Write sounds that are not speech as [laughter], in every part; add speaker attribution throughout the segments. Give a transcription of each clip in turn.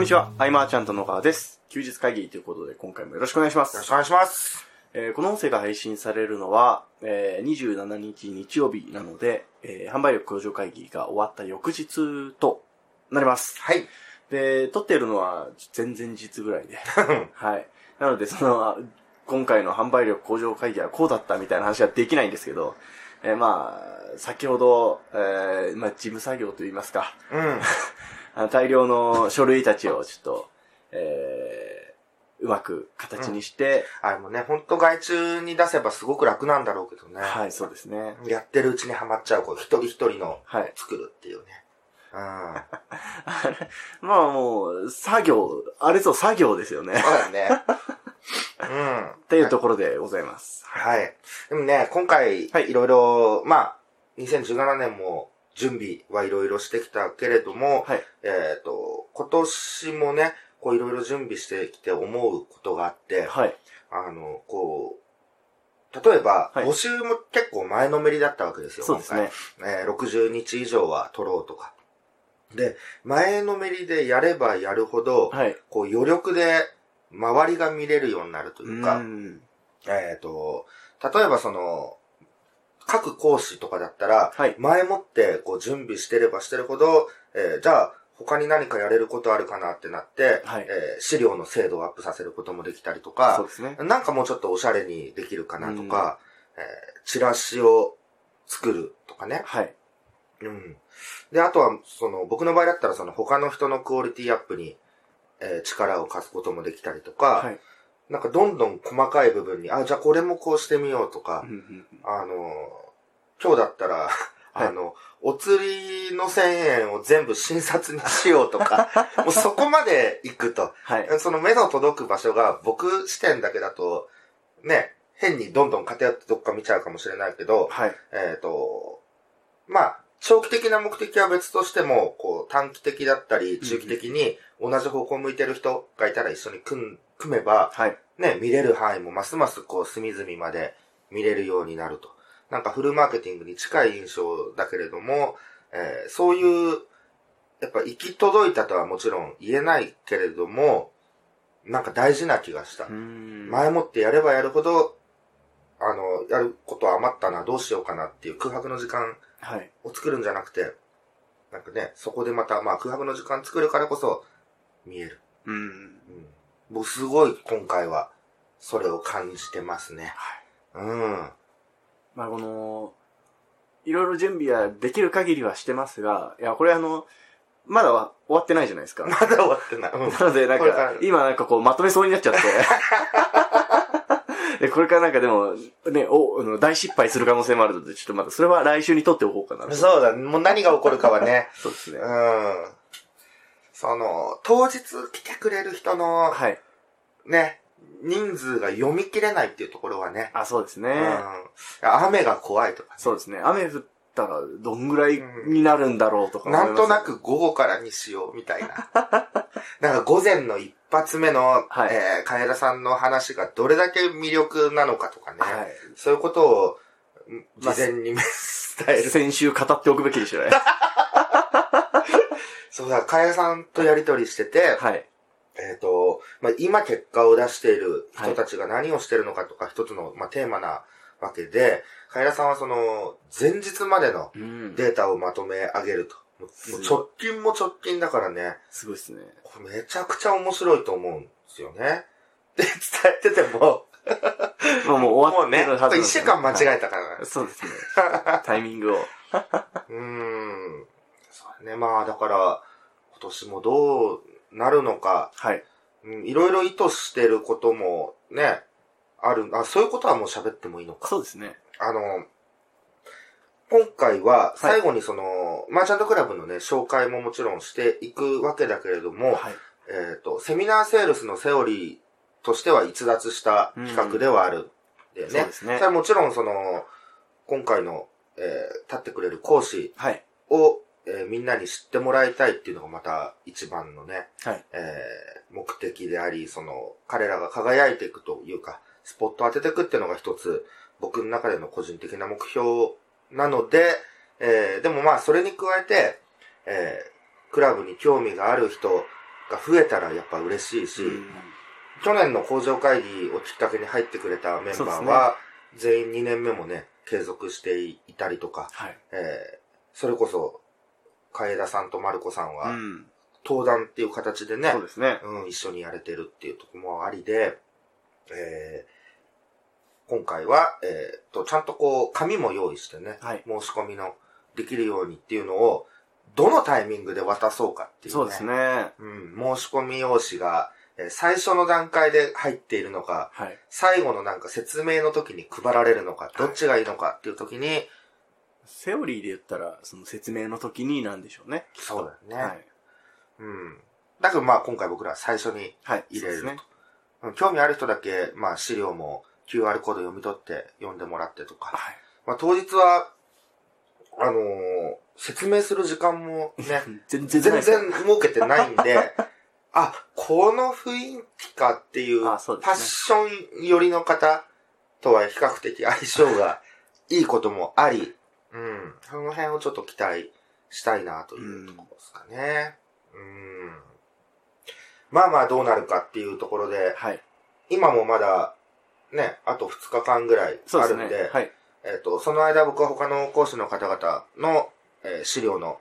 Speaker 1: にちは、アイマーちゃんと野川です。休日会議ということで、今回もよろしくお願いしま
Speaker 2: よろ
Speaker 1: す
Speaker 2: しく。お願いします。
Speaker 1: えーこの音声が配信されるのは、えー27日日曜日なので、えー販売力向上会議が終わった翌日となります。
Speaker 2: はい。
Speaker 1: で、撮ってるのは前々日ぐら
Speaker 2: [laughs]
Speaker 1: いで。はい。なので、その、あ今回の販売力向上会議はこうだったみたいな話はできないんですけど、えーまあ、先ほど、えーまあ、事務作業といいますか、
Speaker 2: うん。
Speaker 1: あの大量の書類たちをちょっと、えーうまく形にして、
Speaker 2: あれもね、ほんと外注に出せばすごく楽なんだろうけどね。
Speaker 1: はい、そうですね。
Speaker 2: やってるうちにはまっちゃう、こう、一人一人の
Speaker 1: はい。 [laughs]
Speaker 2: 作るっていうね。うん。そ
Speaker 1: あれまあもう、作業、あれそう作業ですよね。
Speaker 2: うだよね。うん。っ
Speaker 1: っていうところでございます。
Speaker 2: はい。でもね、今回、
Speaker 1: はい
Speaker 2: いろいろ、まあ、2017年も準備はいろいろしてきたけれども、
Speaker 1: はい。
Speaker 2: えっ、と、今年もね、こういろいろ準備してきて思うことがあって、
Speaker 1: はい。
Speaker 2: あの、こう、例えば、
Speaker 1: はい
Speaker 2: 募集も結構前のめりだったわけですよ。
Speaker 1: そうですね。
Speaker 2: 今回。えー60日以上は取ろうとか。で、前のめりでやればやるほど、
Speaker 1: はい。
Speaker 2: こう余力で周りが見れるようになると
Speaker 1: う
Speaker 2: いうか、
Speaker 1: ん。
Speaker 2: えっ、と、例えばその、各講師とかだったら、
Speaker 1: はい。
Speaker 2: 前もってこう準備してればしてるほど、えーじゃあ他に何かやれることあるかなってなって、
Speaker 1: はい
Speaker 2: えー資料の精度をアップさせることもできたりとか
Speaker 1: そう、ですね。
Speaker 2: なんかもうちょっとおしゃれにできるかなとか、えーチラシを作るとかね。
Speaker 1: はい。
Speaker 2: うん。で、あとは、その、僕の場合だったら、その、他の人のクオリティアップに、えー力を貸すこともできたりとか、
Speaker 1: はい。
Speaker 2: なんかどんどん細かい部分に、あ、じゃあこれもこうしてみようとか
Speaker 1: う、んうんうん
Speaker 2: あの、今日だったら、あの、お釣りの1000円を全部診察にしようと
Speaker 1: [laughs]
Speaker 2: か、もうそこまで行くと。
Speaker 1: はい。
Speaker 2: その目の届く場所が僕視点だけだと、ね、変にどんどん偏ってどっか見ちゃうかもしれないけど、
Speaker 1: はい。
Speaker 2: えっ、と、まあ、長期的な目的は別としても、こう短期的だったり、中期的に同じ方向向いてる人がいたら一緒に組ん組めば、
Speaker 1: はい。
Speaker 2: ね、見れる範囲もますますこう隅々まで見れるようになると。なんかフルマーケティングに近い印象だけれども、えーそういう、やっぱ行き届いたとはもちろん言えないけれども、なんか大事な気がした
Speaker 1: う。ん。
Speaker 2: 前もってやればやるほど、あの、やること余ったな、どうしようかなっていう空白の時間
Speaker 1: はい。
Speaker 2: を作るんじゃなくて、なんかね、そこでまた、まあ空白の時間作るからこそ見える。
Speaker 1: うん。
Speaker 2: うん僕すごい今回はそれを感じてますね。うん。 [laughs]
Speaker 1: まあこの、いろいろ準備はできる限りはしてますが、いや、これあの、まだは終わってないじゃないですか
Speaker 2: ま。だ終わってない。うん
Speaker 1: なので、なん
Speaker 2: これから
Speaker 1: か、今なんかこう、まとめそうになっちゃって。 [laughs] で、これからなんかでも、ね、お、あの大失敗する可能性もあるので、ちょっとまた、それは来週に取っておこうかな。
Speaker 2: そうだ、もう何が起こるかはね。
Speaker 1: そうです
Speaker 2: う
Speaker 1: ね
Speaker 2: ん。。その、当日来てくれる人の、
Speaker 1: はい。
Speaker 2: ね、人数が読み切れないっていうところはね。
Speaker 1: あ、そうですね
Speaker 2: う。ん。雨が怖いとか。
Speaker 1: そうですね。雨降ったら、どんぐらいになるんだろうとか思います
Speaker 2: なんとな。く午後からにしようみたい
Speaker 1: [laughs]
Speaker 2: な。なんか午前の一発目の、
Speaker 1: はい
Speaker 2: えー、カエラさんの話がどれだけ魅力なのかとかね。
Speaker 1: はい。
Speaker 2: そういうことを、
Speaker 1: まあ
Speaker 2: 事前に [laughs] 伝える。
Speaker 1: 先週語っておくべきでしたね。
Speaker 2: そうだ、カエルさんとやりとりしてて、
Speaker 1: はい。
Speaker 2: えっ、と、まあ、今結果を出している人たちが何をしてるのかとか一つの、まあ、テーマなわけで、カエルさんはその、前日までの
Speaker 1: うん。
Speaker 2: データをまとめ上げると。もうもう直近も直近だからね、
Speaker 1: すごいですね。
Speaker 2: これめちゃくちゃ面白いと思うんですよね。で、伝えてても、
Speaker 1: まあもう終
Speaker 2: も
Speaker 1: わ
Speaker 2: う
Speaker 1: って
Speaker 2: ね、
Speaker 1: るはずなんで
Speaker 2: 一週間間
Speaker 1: はい
Speaker 2: 違えたから、
Speaker 1: そうですね。タイミングを。
Speaker 2: うーん。そうだね。まあ、だから、今年もどうなるのか、
Speaker 1: はい。
Speaker 2: うん、いろいろ意図してることもね、ある、あ、そういうことはもう喋ってもいいのか。
Speaker 1: そうですね。
Speaker 2: あの、今回は最後にその、マーチャントクラブのね、紹介ももちろんしていくわけだけれども、
Speaker 1: はい。
Speaker 2: えっ、と、セミナーセールスのセオリーとしては逸脱した企画ではあるんだよね。
Speaker 1: そうですね
Speaker 2: それ。はもちろんその、今回の、えー立ってくれる講師
Speaker 1: はい。
Speaker 2: を、えーみんなに知ってもらいたいっていうのがまた一番のね、
Speaker 1: はい。
Speaker 2: えー目的であり、その、彼らが輝いていくというか、スポットを当てていくっていうのが一つ、僕の中での個人的な目標なので、えーでもまあ、それに加えて、えークラブに興味がある人が増えたらやっぱ嬉しいし、去年の工場会議をきっかけに入ってくれたメンバーは、全員2年目もね、継続していたりとか、
Speaker 1: はい。
Speaker 2: えーそれこそ、楓田さんと丸子さんは、
Speaker 1: うん。
Speaker 2: 登壇っていう形でね、
Speaker 1: そうですね。
Speaker 2: うん、一緒にやれてるっていうところもありで、えー今回は、えーと、ちゃんとこう、紙も用意してね、
Speaker 1: はい。
Speaker 2: 申し込みのできるようにっていうのを、どのタイミングで渡そうかっていうね。
Speaker 1: そうですね。は
Speaker 2: うん、申し込み用紙が、えー最初の段階で入っているのか、
Speaker 1: い。
Speaker 2: 最後のなんか説明の時に配られるのか、どっちがいいのかっていう時に、
Speaker 1: セオリーで言ったら、その説明の時になんでしょうね。
Speaker 2: そうだよね。
Speaker 1: はい。
Speaker 2: うん。だけどまあ今回僕らは最初に
Speaker 1: はい。
Speaker 2: 入れる
Speaker 1: そうで
Speaker 2: と。
Speaker 1: すね。
Speaker 2: うん興味ある人だけ、まあ資料も QR コード読み取って読んでもらってとか。
Speaker 1: はい。
Speaker 2: まあ当日は、あのー説明する時間もね、
Speaker 1: [laughs] 全然
Speaker 2: 全
Speaker 1: ない
Speaker 2: 然
Speaker 1: ですよ
Speaker 2: 設けてないん
Speaker 1: [laughs]
Speaker 2: で、あ、この雰囲気かっていう、フ
Speaker 1: あそ
Speaker 2: ァ
Speaker 1: うですね
Speaker 2: ッション寄りの方とは比較的相性がいいこともあり、うん、その辺をちょっと期待したいなというところですかね。うん。まあまあどうなるかっていうところで、
Speaker 1: はい。
Speaker 2: 今もまだ、ね、あと2日間ぐらい
Speaker 1: そう
Speaker 2: あ
Speaker 1: で
Speaker 2: る
Speaker 1: す
Speaker 2: んで、
Speaker 1: ね。はい。
Speaker 2: えっ、と、その間僕は他の講師の方々の、えー資料の、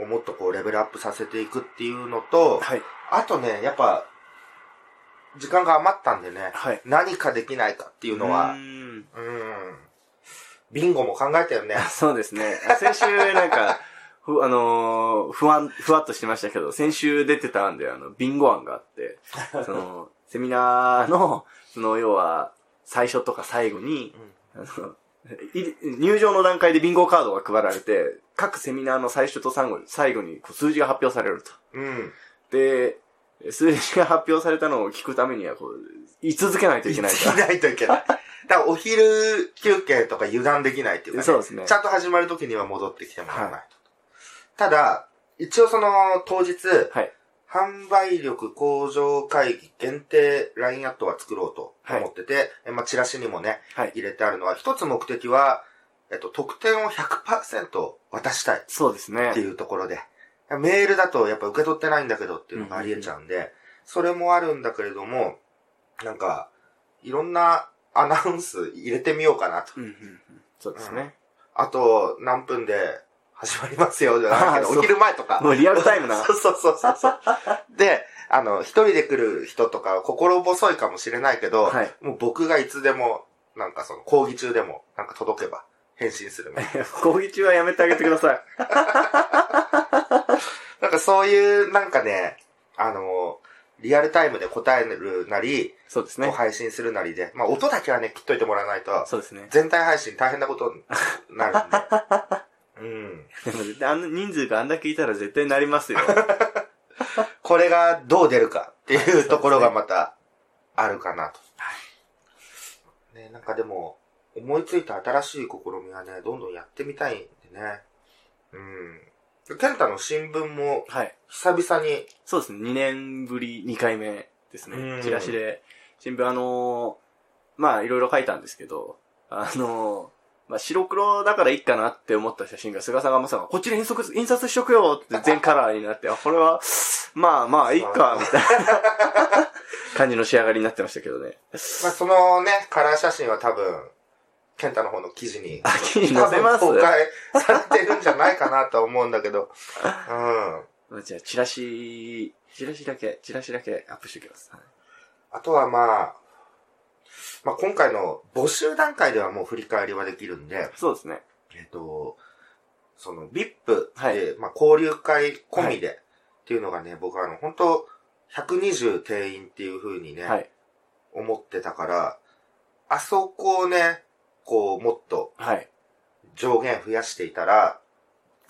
Speaker 2: をもっとこうレベルアップさせていくっていうのと、
Speaker 1: はい。
Speaker 2: あとね、やっぱ、時間が余ったんでね、
Speaker 1: はい。
Speaker 2: 何かできないかっていうのは
Speaker 1: う、ーん
Speaker 2: うん、ビンゴも考えたよね。
Speaker 1: そうですね。先週なんか、ふ、あのー、不安、ふわっとしてましたけど、先週出てたんで、あの、ビンゴ案があって、その、セミナーの、その、要は、最初とか最後に、あの、い入場の段階でビンゴカードが配られて、各セミナーの最初と最後に最後にこう数字が発表されると。
Speaker 2: うん。
Speaker 1: で、数字が発表されたのを聞くためには、こう、言い続けないといけない
Speaker 2: し
Speaker 1: か
Speaker 2: ないといけない。だからお昼休憩とか油断できないっていう
Speaker 1: ら。
Speaker 2: か、ね、
Speaker 1: そうですね
Speaker 2: ち。ゃんと始まる時には戻ってきてもらわないと。
Speaker 1: は
Speaker 2: ただ、一応その当日、
Speaker 1: はい。
Speaker 2: 販売力向上会議限定ラインアットは作ろうと思ってて、えまあ、チラシにもね、
Speaker 1: はい。
Speaker 2: 入れてあるのは、一つ目的は、えっと、特典を100%渡したいっ
Speaker 1: そうですね
Speaker 2: て。いうところで、メールだとやっぱ受け取ってないんだけどっていうのがありえちゃうんで、それもあるんだけれども、なんか、いろんな [laughs] アナウンス入れてみようかなと。
Speaker 1: うんうんうんそうですね。
Speaker 2: あと、何分で始まりますよ、じゃないけ
Speaker 1: あー
Speaker 2: ど、
Speaker 1: そう
Speaker 2: お昼前とか。
Speaker 1: もうリアルタイムな
Speaker 2: [laughs] そ。うそうそうそうそう。で、あの、一人で来る人とかは心細いかもしれないけど、
Speaker 1: はい。
Speaker 2: もう僕がいつでも、なんかその、講義中でも、なんか届けば、返信するみたいな。
Speaker 1: 講義中はやめてあげてください。
Speaker 2: なんかそういう、なんかね、あの、リアルタイムで答えるなり、
Speaker 1: そうです
Speaker 2: こう
Speaker 1: ね。
Speaker 2: 配信するなりで、まあ音だけはね、切っといてもらわないと、
Speaker 1: そうですね。
Speaker 2: 全体配信大変なことになるんで。うん。
Speaker 1: でも絶対あの人数があんだけいたら絶対なりますよ。
Speaker 2: これがどう出るかっていうところがまたあるかなと。ね、なんかでも、思いついた新しい試みはね、どんどんやってみたいんでね。うん。ケンタの新聞も
Speaker 1: はい。
Speaker 2: 久々に、
Speaker 1: そうですね。2年ぶり2回目です
Speaker 2: う
Speaker 1: ね
Speaker 2: ん。
Speaker 1: チラシで。新聞あのーまあいろいろ書いたんですけど、あのーまあ白黒だからいいかなって思った写真が菅さんがまさか、こっちで印刷、印刷しとくよって全カラーになって、あこれは、まあまあいいか、みたいな [laughs] 感じの仕上がりになってましたけどね。
Speaker 2: まあそのね、カラー写真は多分、ケンタの方の記事に、
Speaker 1: あ、記事
Speaker 2: 多
Speaker 1: 載せま
Speaker 2: 分
Speaker 1: す
Speaker 2: 公開されてるんじゃないかなと思うんだけど。うん。
Speaker 1: じゃあ、チラシ、チラシだけ、チラシだけアップしておきます。はい
Speaker 2: あとはまあ、まあ今回の募集段階ではもう振り返りはできるんで、
Speaker 1: そうですね。
Speaker 2: えっと、その VIP って、
Speaker 1: はい
Speaker 2: まあ交流会込みで、っていうのがね、僕はあの、本当120定員っていう風にね、
Speaker 1: はい。
Speaker 2: 思ってたから、あそこをね、こう、もっと
Speaker 1: はい。
Speaker 2: 上限増やしていたら、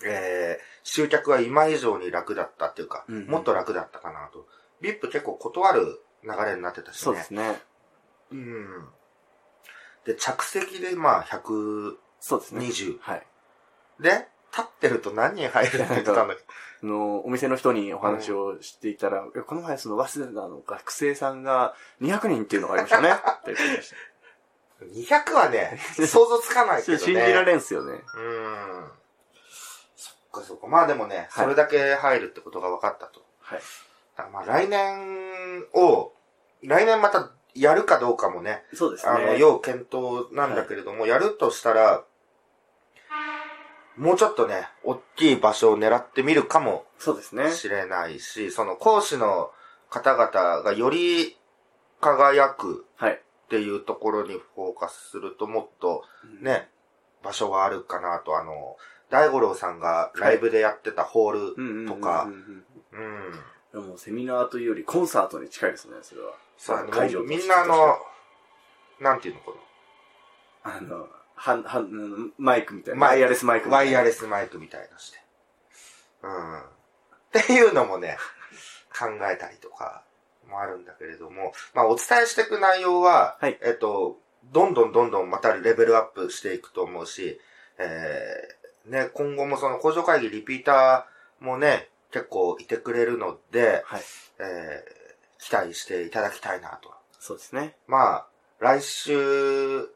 Speaker 2: えー、集客は今以上に楽だったっていうか、
Speaker 1: うんうん
Speaker 2: もっと楽だったかなと。VIP 結構断る流れになってたしね。
Speaker 1: そうですね。
Speaker 2: うん。で、着席でまあ120。
Speaker 1: そうですね。はい。
Speaker 2: で、立ってると何人入るって言ってたんだけ
Speaker 1: あの、お店の人にお話をしていたら、いやこの前その、早稲田の学生さんが200人っていうのがありましたね。 [laughs] って言ってまし
Speaker 2: ど、200
Speaker 1: [laughs]
Speaker 2: はね、想像つかな
Speaker 1: た。
Speaker 2: いけ
Speaker 1: ちょ
Speaker 2: どね。
Speaker 1: っと信じられんすよね。
Speaker 2: うん。そっかそっか。まあでもね、
Speaker 1: はい
Speaker 2: それだけ入るってことが分かったと。
Speaker 1: はい。
Speaker 2: あまあ来年を、来年またやるかどうかもね、
Speaker 1: そうですね。
Speaker 2: あの、要検討なんだけれども、やるとしたら、もうちょっとね、大きい場所を狙ってみるかも
Speaker 1: そうですね。
Speaker 2: しれないし、その講師の方々がより輝く
Speaker 1: はい。
Speaker 2: っていうところにフォーカスするともっとね、場所はあるかなと、あの、大五郎さんがライブでやってたホール、
Speaker 1: うんうんうんうんうん。
Speaker 2: とか
Speaker 1: うん
Speaker 2: うん。
Speaker 1: でもセミナーというよりコンサートに近いですね、それは。
Speaker 2: そうだね
Speaker 1: 会場と
Speaker 2: みんなあの、なんていうのか
Speaker 1: あの、はん、はん、マイクみたいな。
Speaker 2: マイ
Speaker 1: ワイヤレスマイク
Speaker 2: な。
Speaker 1: みた
Speaker 2: ワ
Speaker 1: い
Speaker 2: イ
Speaker 1: な。
Speaker 2: ヤレスマイクみたいのして。うん。っていうのもね、考えたりとかもあるんだけれども、まあお伝えしていく内容は、
Speaker 1: はい
Speaker 2: えっと、どんどんどんどんまたレベルアップしていくと思うし、えー、ね、今後もその工場会議リピーターもね、結構いてくれるので、
Speaker 1: はい。
Speaker 2: えー、期待していただきたいなと。
Speaker 1: そうですね。
Speaker 2: まあ、来週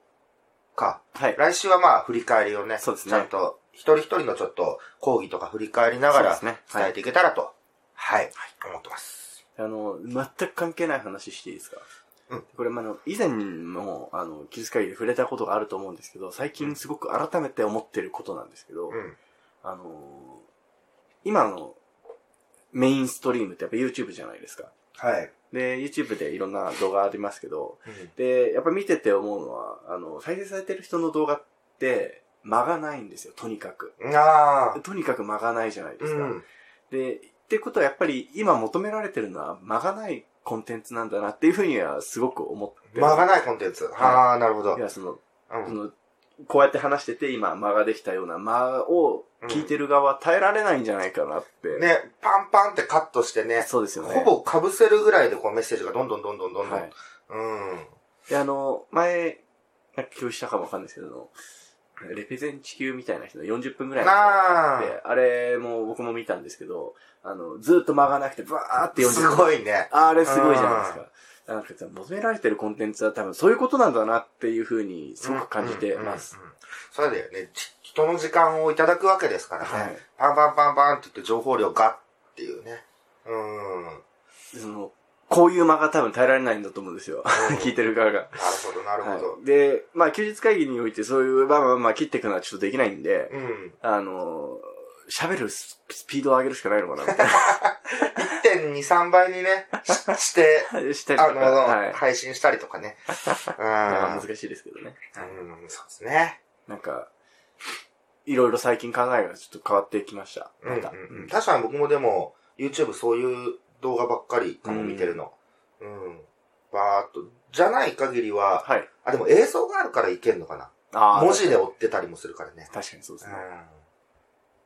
Speaker 2: か。
Speaker 1: はい。
Speaker 2: 来週はまあ、振り返りをね、
Speaker 1: そうですね
Speaker 2: ちゃんと、一人一人のちょっと、講義とか振り返りなが
Speaker 1: そうで
Speaker 2: ら
Speaker 1: す、ね。は
Speaker 2: 伝え
Speaker 1: い。
Speaker 2: ていけたらと、はい、思ってます。
Speaker 1: あの、全く関係ない話していいですか
Speaker 2: うん
Speaker 1: これ、まああの、以前も、あの、技術会議で触れたことがあると思うんですけど、最近すごく改めて思ってることなんですけど、
Speaker 2: うん。
Speaker 1: あのー今のメインストリームってやっぱ YouTube じゃないですか。
Speaker 2: はい。
Speaker 1: で、YouTube でいろんな動画ありますけど、で、やっぱ見てて思うのは、あの、再生されてる人の動画って、間がないんですよ、とにかく。
Speaker 2: うん。ああ。
Speaker 1: とにかく間がないじゃないで
Speaker 2: う
Speaker 1: すか。
Speaker 2: ん。
Speaker 1: で、ってことはやっぱり今求められてるのは間がないコンテンツなんだなっていうふうにはすごく思ってる。
Speaker 2: 間が
Speaker 1: い
Speaker 2: ないコンテンツ。ああ、なるほど。
Speaker 1: いや、その、
Speaker 2: う
Speaker 1: そ
Speaker 2: ん。
Speaker 1: の、こうやって話してて今間ができたような間を聞いてる側耐えられないんじゃないかなって。
Speaker 2: ね、パンパンってカットしてね、
Speaker 1: そうですよね。
Speaker 2: ほぼ被せるぐらいでこうメッセージがどんどんどんどんどんど
Speaker 1: は
Speaker 2: ん
Speaker 1: い。。
Speaker 2: うん。
Speaker 1: で、あの、前、なんか共有したかもわかんないですけど、レペゼン地球みたいな人の40分ぐらいの
Speaker 2: あー
Speaker 1: で、あれも僕も見たんですけど、あの、ずっと間がなくて、ブワーって40分。
Speaker 2: すごいね。
Speaker 1: あれすごいじゃないですか。なんか求められてるコンテンツは多分そういうことなんだなっていうふうにすごく感じてます
Speaker 2: うん。。うんうんそうだよね。じ人の時間をいただくわけですからね。
Speaker 1: はい。
Speaker 2: パンパンパンパンって言って情報量ガッっていうね。うーん。なる
Speaker 1: その、こういう間が多分耐えられないんだと思うんですよ
Speaker 2: うん。
Speaker 1: [laughs] 聞いてる側が。
Speaker 2: ほど、なるほど。
Speaker 1: はいで、まあ休日会議においてそういう、まあまあまあ切っていくのはちょっとできないんで、
Speaker 2: うん。
Speaker 1: あのー、喋るススピードを上げるしかないのかなみたい
Speaker 2: 1.2、3倍にね、しして、
Speaker 1: な。した
Speaker 2: あ
Speaker 1: りとか。
Speaker 2: の、
Speaker 1: [laughs] はい。
Speaker 2: 配信したりとかね。うん。
Speaker 1: まあ難しいですけどね。
Speaker 2: うん、そうですね。
Speaker 1: なんか、いろいろ最近考えがちょっと変わってきました。
Speaker 2: うん
Speaker 1: また。
Speaker 2: うんうん
Speaker 1: うん
Speaker 2: 確かに僕もでも、YouTube そういう動画ばっかりかも見てるの。うん。バーっと。じゃない限りは、
Speaker 1: はい。
Speaker 2: あ、でも映像があるからいけんのか
Speaker 1: あ
Speaker 2: な。
Speaker 1: ー
Speaker 2: 文字で追ってたりもするからね。
Speaker 1: 確かにそうですね。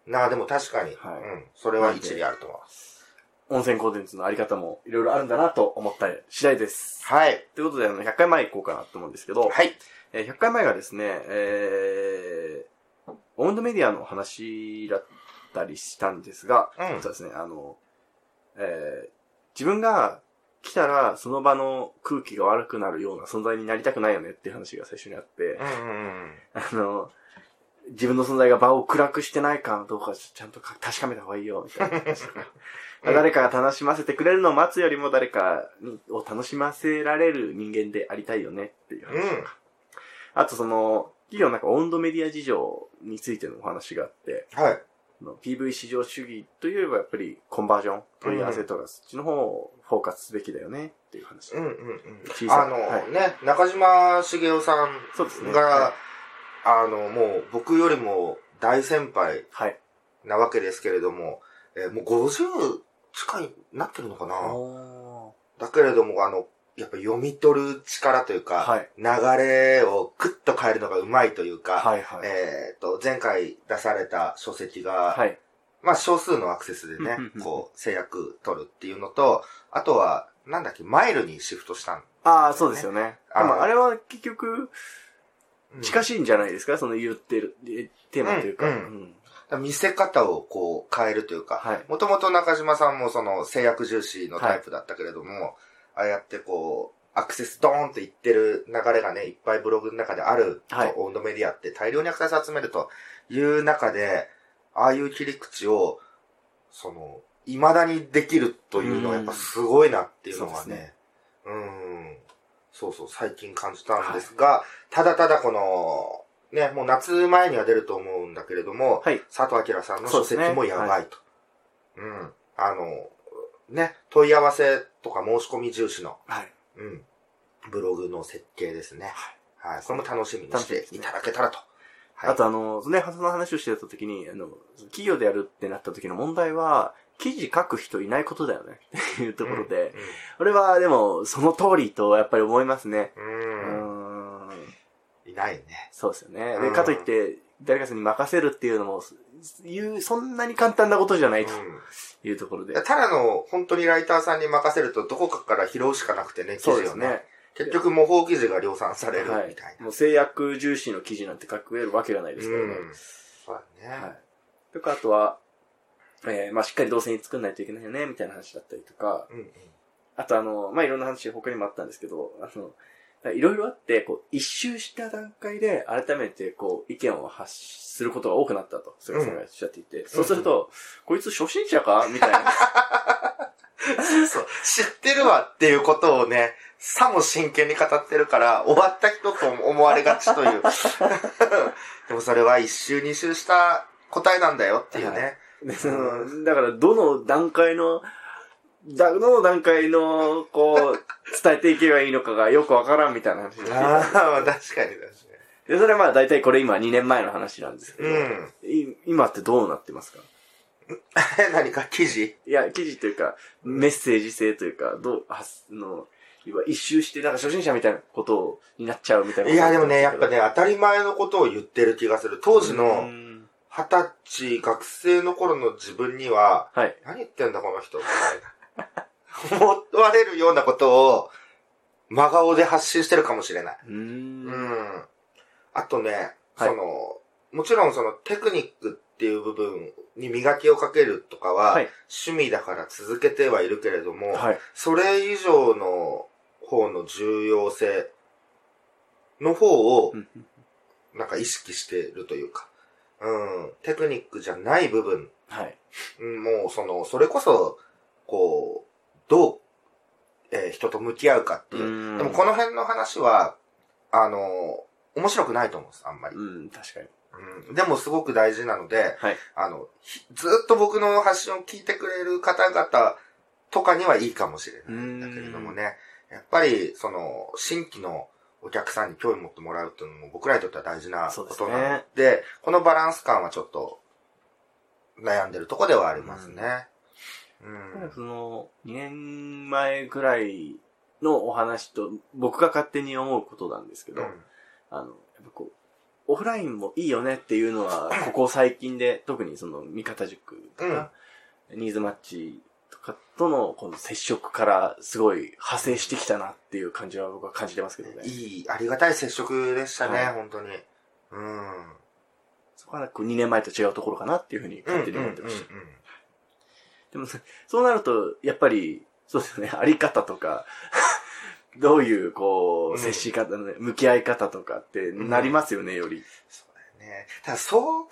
Speaker 2: うん。なあ、でも確かに、
Speaker 1: はい
Speaker 2: うん。それは一理あると思います。
Speaker 1: 温泉コンテンツのあり方もいろいろあるんだなと思った次第です。
Speaker 2: はい。
Speaker 1: ということで、あの、100回前行こうかなと思うんですけど、
Speaker 2: はい。
Speaker 1: えー100回前がですね、えー、オウンドメディアの話だったりしたんですが、
Speaker 2: うん
Speaker 1: そうですね、あの、えー、自分が来たらその場の空気が悪くなるような存在になりたくないよねっていう話が最初にあって、
Speaker 2: うんうんうん。
Speaker 1: あの、自分の存在が場を暗くしてないかどうかちゃんとか確かめた方がいいよ、みたい [laughs] な話とか
Speaker 2: うん
Speaker 1: 誰かが楽しませてくれるのを待つよりも誰かにを楽しませられる人間でありたいよねっていう話とか。あとその、企業の中温度メディア事情についてのお話があって、
Speaker 2: はい。
Speaker 1: あの PV 市場主義といえばやっぱりコンバージョン、問い合わせとかそっちの方をフォーカスすべきだよねっていう話。
Speaker 2: うんうんうん。
Speaker 1: 小さ
Speaker 2: あ
Speaker 1: い
Speaker 2: の、
Speaker 1: はい
Speaker 2: ね、中島茂雄さん
Speaker 1: そうですね。
Speaker 2: が、
Speaker 1: はい
Speaker 2: あの、もう僕よりも大先輩
Speaker 1: はい。
Speaker 2: なわけですけれども、えーもう50近いなってるのかな
Speaker 1: お
Speaker 2: だけれども、あの、やっぱ読み取る力というか、
Speaker 1: はい
Speaker 2: 流れをグッと変えるのがうまいというか、
Speaker 1: はいはい。
Speaker 2: えっ、と、前回出された書籍が、
Speaker 1: はい。
Speaker 2: まあ少数のアクセスでね
Speaker 1: うんうんう、ん
Speaker 2: こう制約取るっていうのと、あとは、なんだっけ、マイルにシフトしたん。
Speaker 1: ああ、そうですよね。
Speaker 2: あ
Speaker 1: あ
Speaker 2: の
Speaker 1: あれは結局、近
Speaker 2: し、
Speaker 1: しいんじゃないですか、その言ってる、えテーマというか。
Speaker 2: うん見せ方をこう変えるというか、
Speaker 1: はい
Speaker 2: もともと中島さんもその制約重視のタイプだったけれども、ああやってこう、アクセスドーンっていってる流れがね、いっぱいブログの中である、
Speaker 1: はい
Speaker 2: オンドメディアって大量にアクセス集めるという中で、ああいう切り口を、その、未だにできるというのはやっぱすごいなっていうの
Speaker 1: うん
Speaker 2: は
Speaker 1: そうですね
Speaker 2: ね。うん。そうそう、最近感じたんですが、ただただこの、ね、もう夏前には出ると思うんだけれども、
Speaker 1: はい
Speaker 2: 佐藤明さんの
Speaker 1: そうです
Speaker 2: 書籍
Speaker 1: ね
Speaker 2: もやばいと。うん。あの、ね、問い合わせとか申し込み重視の、
Speaker 1: はい。
Speaker 2: うん、ブログの設計ですね。はい。これも楽しみに
Speaker 1: 楽
Speaker 2: し
Speaker 1: しみで
Speaker 2: て
Speaker 1: すね
Speaker 2: いただけたらと。はい。
Speaker 1: あとあの、ね、その話をしてた時に、あの、企業でやるってなった時の問題は、記事書く人いないことだよね。っていうところで、俺はでも、その通りとやっぱり思いますね。
Speaker 2: うん、
Speaker 1: う
Speaker 2: うん
Speaker 1: ーん。
Speaker 2: いないね。
Speaker 1: そうですよね。
Speaker 2: う
Speaker 1: で、
Speaker 2: ん
Speaker 1: かといって、誰かさんに任せるっていうのも、いう、そんなに簡単なことじゃないと
Speaker 2: うん
Speaker 1: いうところで。
Speaker 2: ただの本当にライターさんに任せるとどこかから拾うしかなくてね、記
Speaker 1: そ
Speaker 2: 事を
Speaker 1: う
Speaker 2: ね。
Speaker 1: ですね。
Speaker 2: 結局模倣記事が量産される
Speaker 1: は
Speaker 2: みたい
Speaker 1: い。
Speaker 2: な。
Speaker 1: もう制約重視の記事なんて書くえるわけがないです
Speaker 2: う
Speaker 1: からね。
Speaker 2: ん。そうだね。
Speaker 1: はい。とか、あとは、えー、まあ、しっかり動線に作んないといけないよね、みたいな話だったりとか、
Speaker 2: うんうん。
Speaker 1: あとあの、まあ、いろんな話他にもあったんですけど、あの、いろいろあって、こう、一周した段階で、改めて、こう、意見を発することが多くなったと、菅さんがおっしゃっていて、そうすると、こいつ初心者かみたいな。
Speaker 2: そう。知ってるわっていうことをね、さも真剣に語ってるから、終わった人と思われがちという。 [laughs] でもそれは一周二周した答えなんだよっていうね。
Speaker 1: で [laughs] そのだから、どの段階の、だ、どの段階の、こう、伝えていけばいいのかが [laughs] よくわからんみたいな話をしてい
Speaker 2: あ
Speaker 1: た
Speaker 2: あ、まあ [laughs] 確かに確か
Speaker 1: で、それはまあ大体これ今2年前の話なんですけ
Speaker 2: に。
Speaker 1: ど、
Speaker 2: うん。 [laughs]
Speaker 1: い今ってどうなってますか
Speaker 2: え何か記事
Speaker 1: いや、記事というか、メッセージ性というか、どう、あすの、要は一周して、なんか初心者みたいなことを、になっちゃうみたいな。
Speaker 2: いや、でもね、やっぱ、ね、当たり前のことを言ってる気がする。当時
Speaker 1: う
Speaker 2: の
Speaker 1: ん
Speaker 2: 二十歳学生の頃の自分には、
Speaker 1: はい。
Speaker 2: 何言ってんだこの人みたいな。 [laughs] 思われるようなことを、真顔で発信してるかもしれない。
Speaker 1: うーん
Speaker 2: う
Speaker 1: は
Speaker 2: ん。あとね、
Speaker 1: はい
Speaker 2: その、もちろんそのテクニックっていう部分に磨きをかけるとかは、
Speaker 1: はい
Speaker 2: 趣味だから続けてはいるけれども、
Speaker 1: い。
Speaker 2: それ以上の方の重要性の方を
Speaker 1: う、ん
Speaker 2: なんか意識してるというか、うん、テクニックじゃない部分
Speaker 1: はい。
Speaker 2: うんもうその、それこそ、こう、どう、えー人と向き合うかっていう。
Speaker 1: ん
Speaker 2: でもこの辺の話は、あの、面白くないと思うんです、あんまり。
Speaker 1: うん、確かに。
Speaker 2: うんでもすごく大事なので、
Speaker 1: はい
Speaker 2: あの、ひずっと僕の発信を聞いてくれる方々とかにはいいかもしれないんだけれどもね。やっぱり、その、新規のお客さんに興味持ってもらうっていうのも僕らにとっては大事な
Speaker 1: そうで
Speaker 2: こ
Speaker 1: す
Speaker 2: と
Speaker 1: ね
Speaker 2: なので、このバランス感はちょっと悩んでるとこではありますね。うん。
Speaker 1: その、2年前ぐらいのお話と、僕が勝手に思うことなんですけど、あの、やっぱこう、オフラインもいいよねっていうのは、ここ最近で、特にその、三方塾とか、ニーズマッチとかとの、この接触から、すごい派生してきたなっていう感じは僕は感じてますけど
Speaker 2: うんい
Speaker 1: ね。
Speaker 2: い、ありがたい接触でしたね、
Speaker 1: はい
Speaker 2: 本当に。うん。
Speaker 1: そこはこう2年前と違うところかなっていうふうに勝手に思ってました。
Speaker 2: うんうんうんうん
Speaker 1: でも、そそうなると、やっぱり、そうですよね、あり方とか、 [laughs] どういう、こ
Speaker 2: う
Speaker 1: う、
Speaker 2: ん
Speaker 1: 接し方のね、向き合い方とかってなりますよね、より。
Speaker 2: そうだよね。ただそう考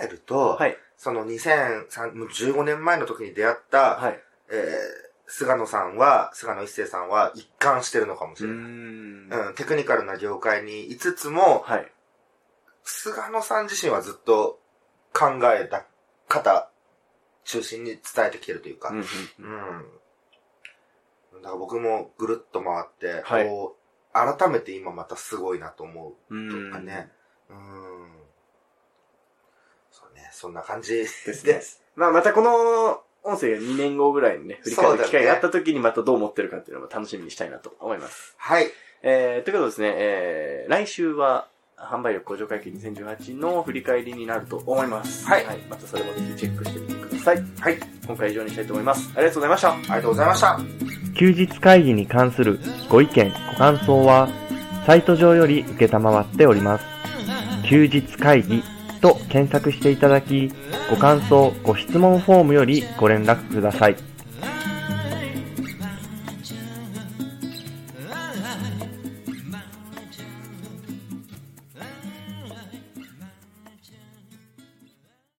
Speaker 2: えると、
Speaker 1: はい。
Speaker 2: その2003、もう15年前の時に出会った、
Speaker 1: はい。
Speaker 2: えー菅野さんは、菅野一生さんは一貫してるのかもし
Speaker 1: うー
Speaker 2: れない。
Speaker 1: ん。
Speaker 2: うん、テクニカルな業界にいつつも、
Speaker 1: はい。
Speaker 2: 菅野さん自身はずっと考えた方中心に伝えてきてるというか、
Speaker 1: うんうんうん
Speaker 2: うん。だから僕もぐるっと回って、
Speaker 1: はい
Speaker 2: こう、改めて今またすごいなと思う
Speaker 1: うん
Speaker 2: とかね。うん。そうね、そんな感じです
Speaker 1: ですね。まあ、またこの音声が2年後ぐらいにね、振り返る機会があった時にまたどう思ってるかっていうのも楽しみにしたいなと思います。
Speaker 2: はい。
Speaker 1: えー、ということでですね、えー、来週は、販売力向上会計2018の振り返りになると思います。
Speaker 2: はい
Speaker 1: またそれもぜひチェックしてみてください。
Speaker 2: はい。
Speaker 1: 今回以上にしたいと思います。ありがとうございました。
Speaker 2: ありがとうございました。
Speaker 3: 休日会議に関するご意見、ご感想は、サイト上より受けたまわっております。休日会議と検索していただき、ご感想、ご質問フォームよりご連絡ください。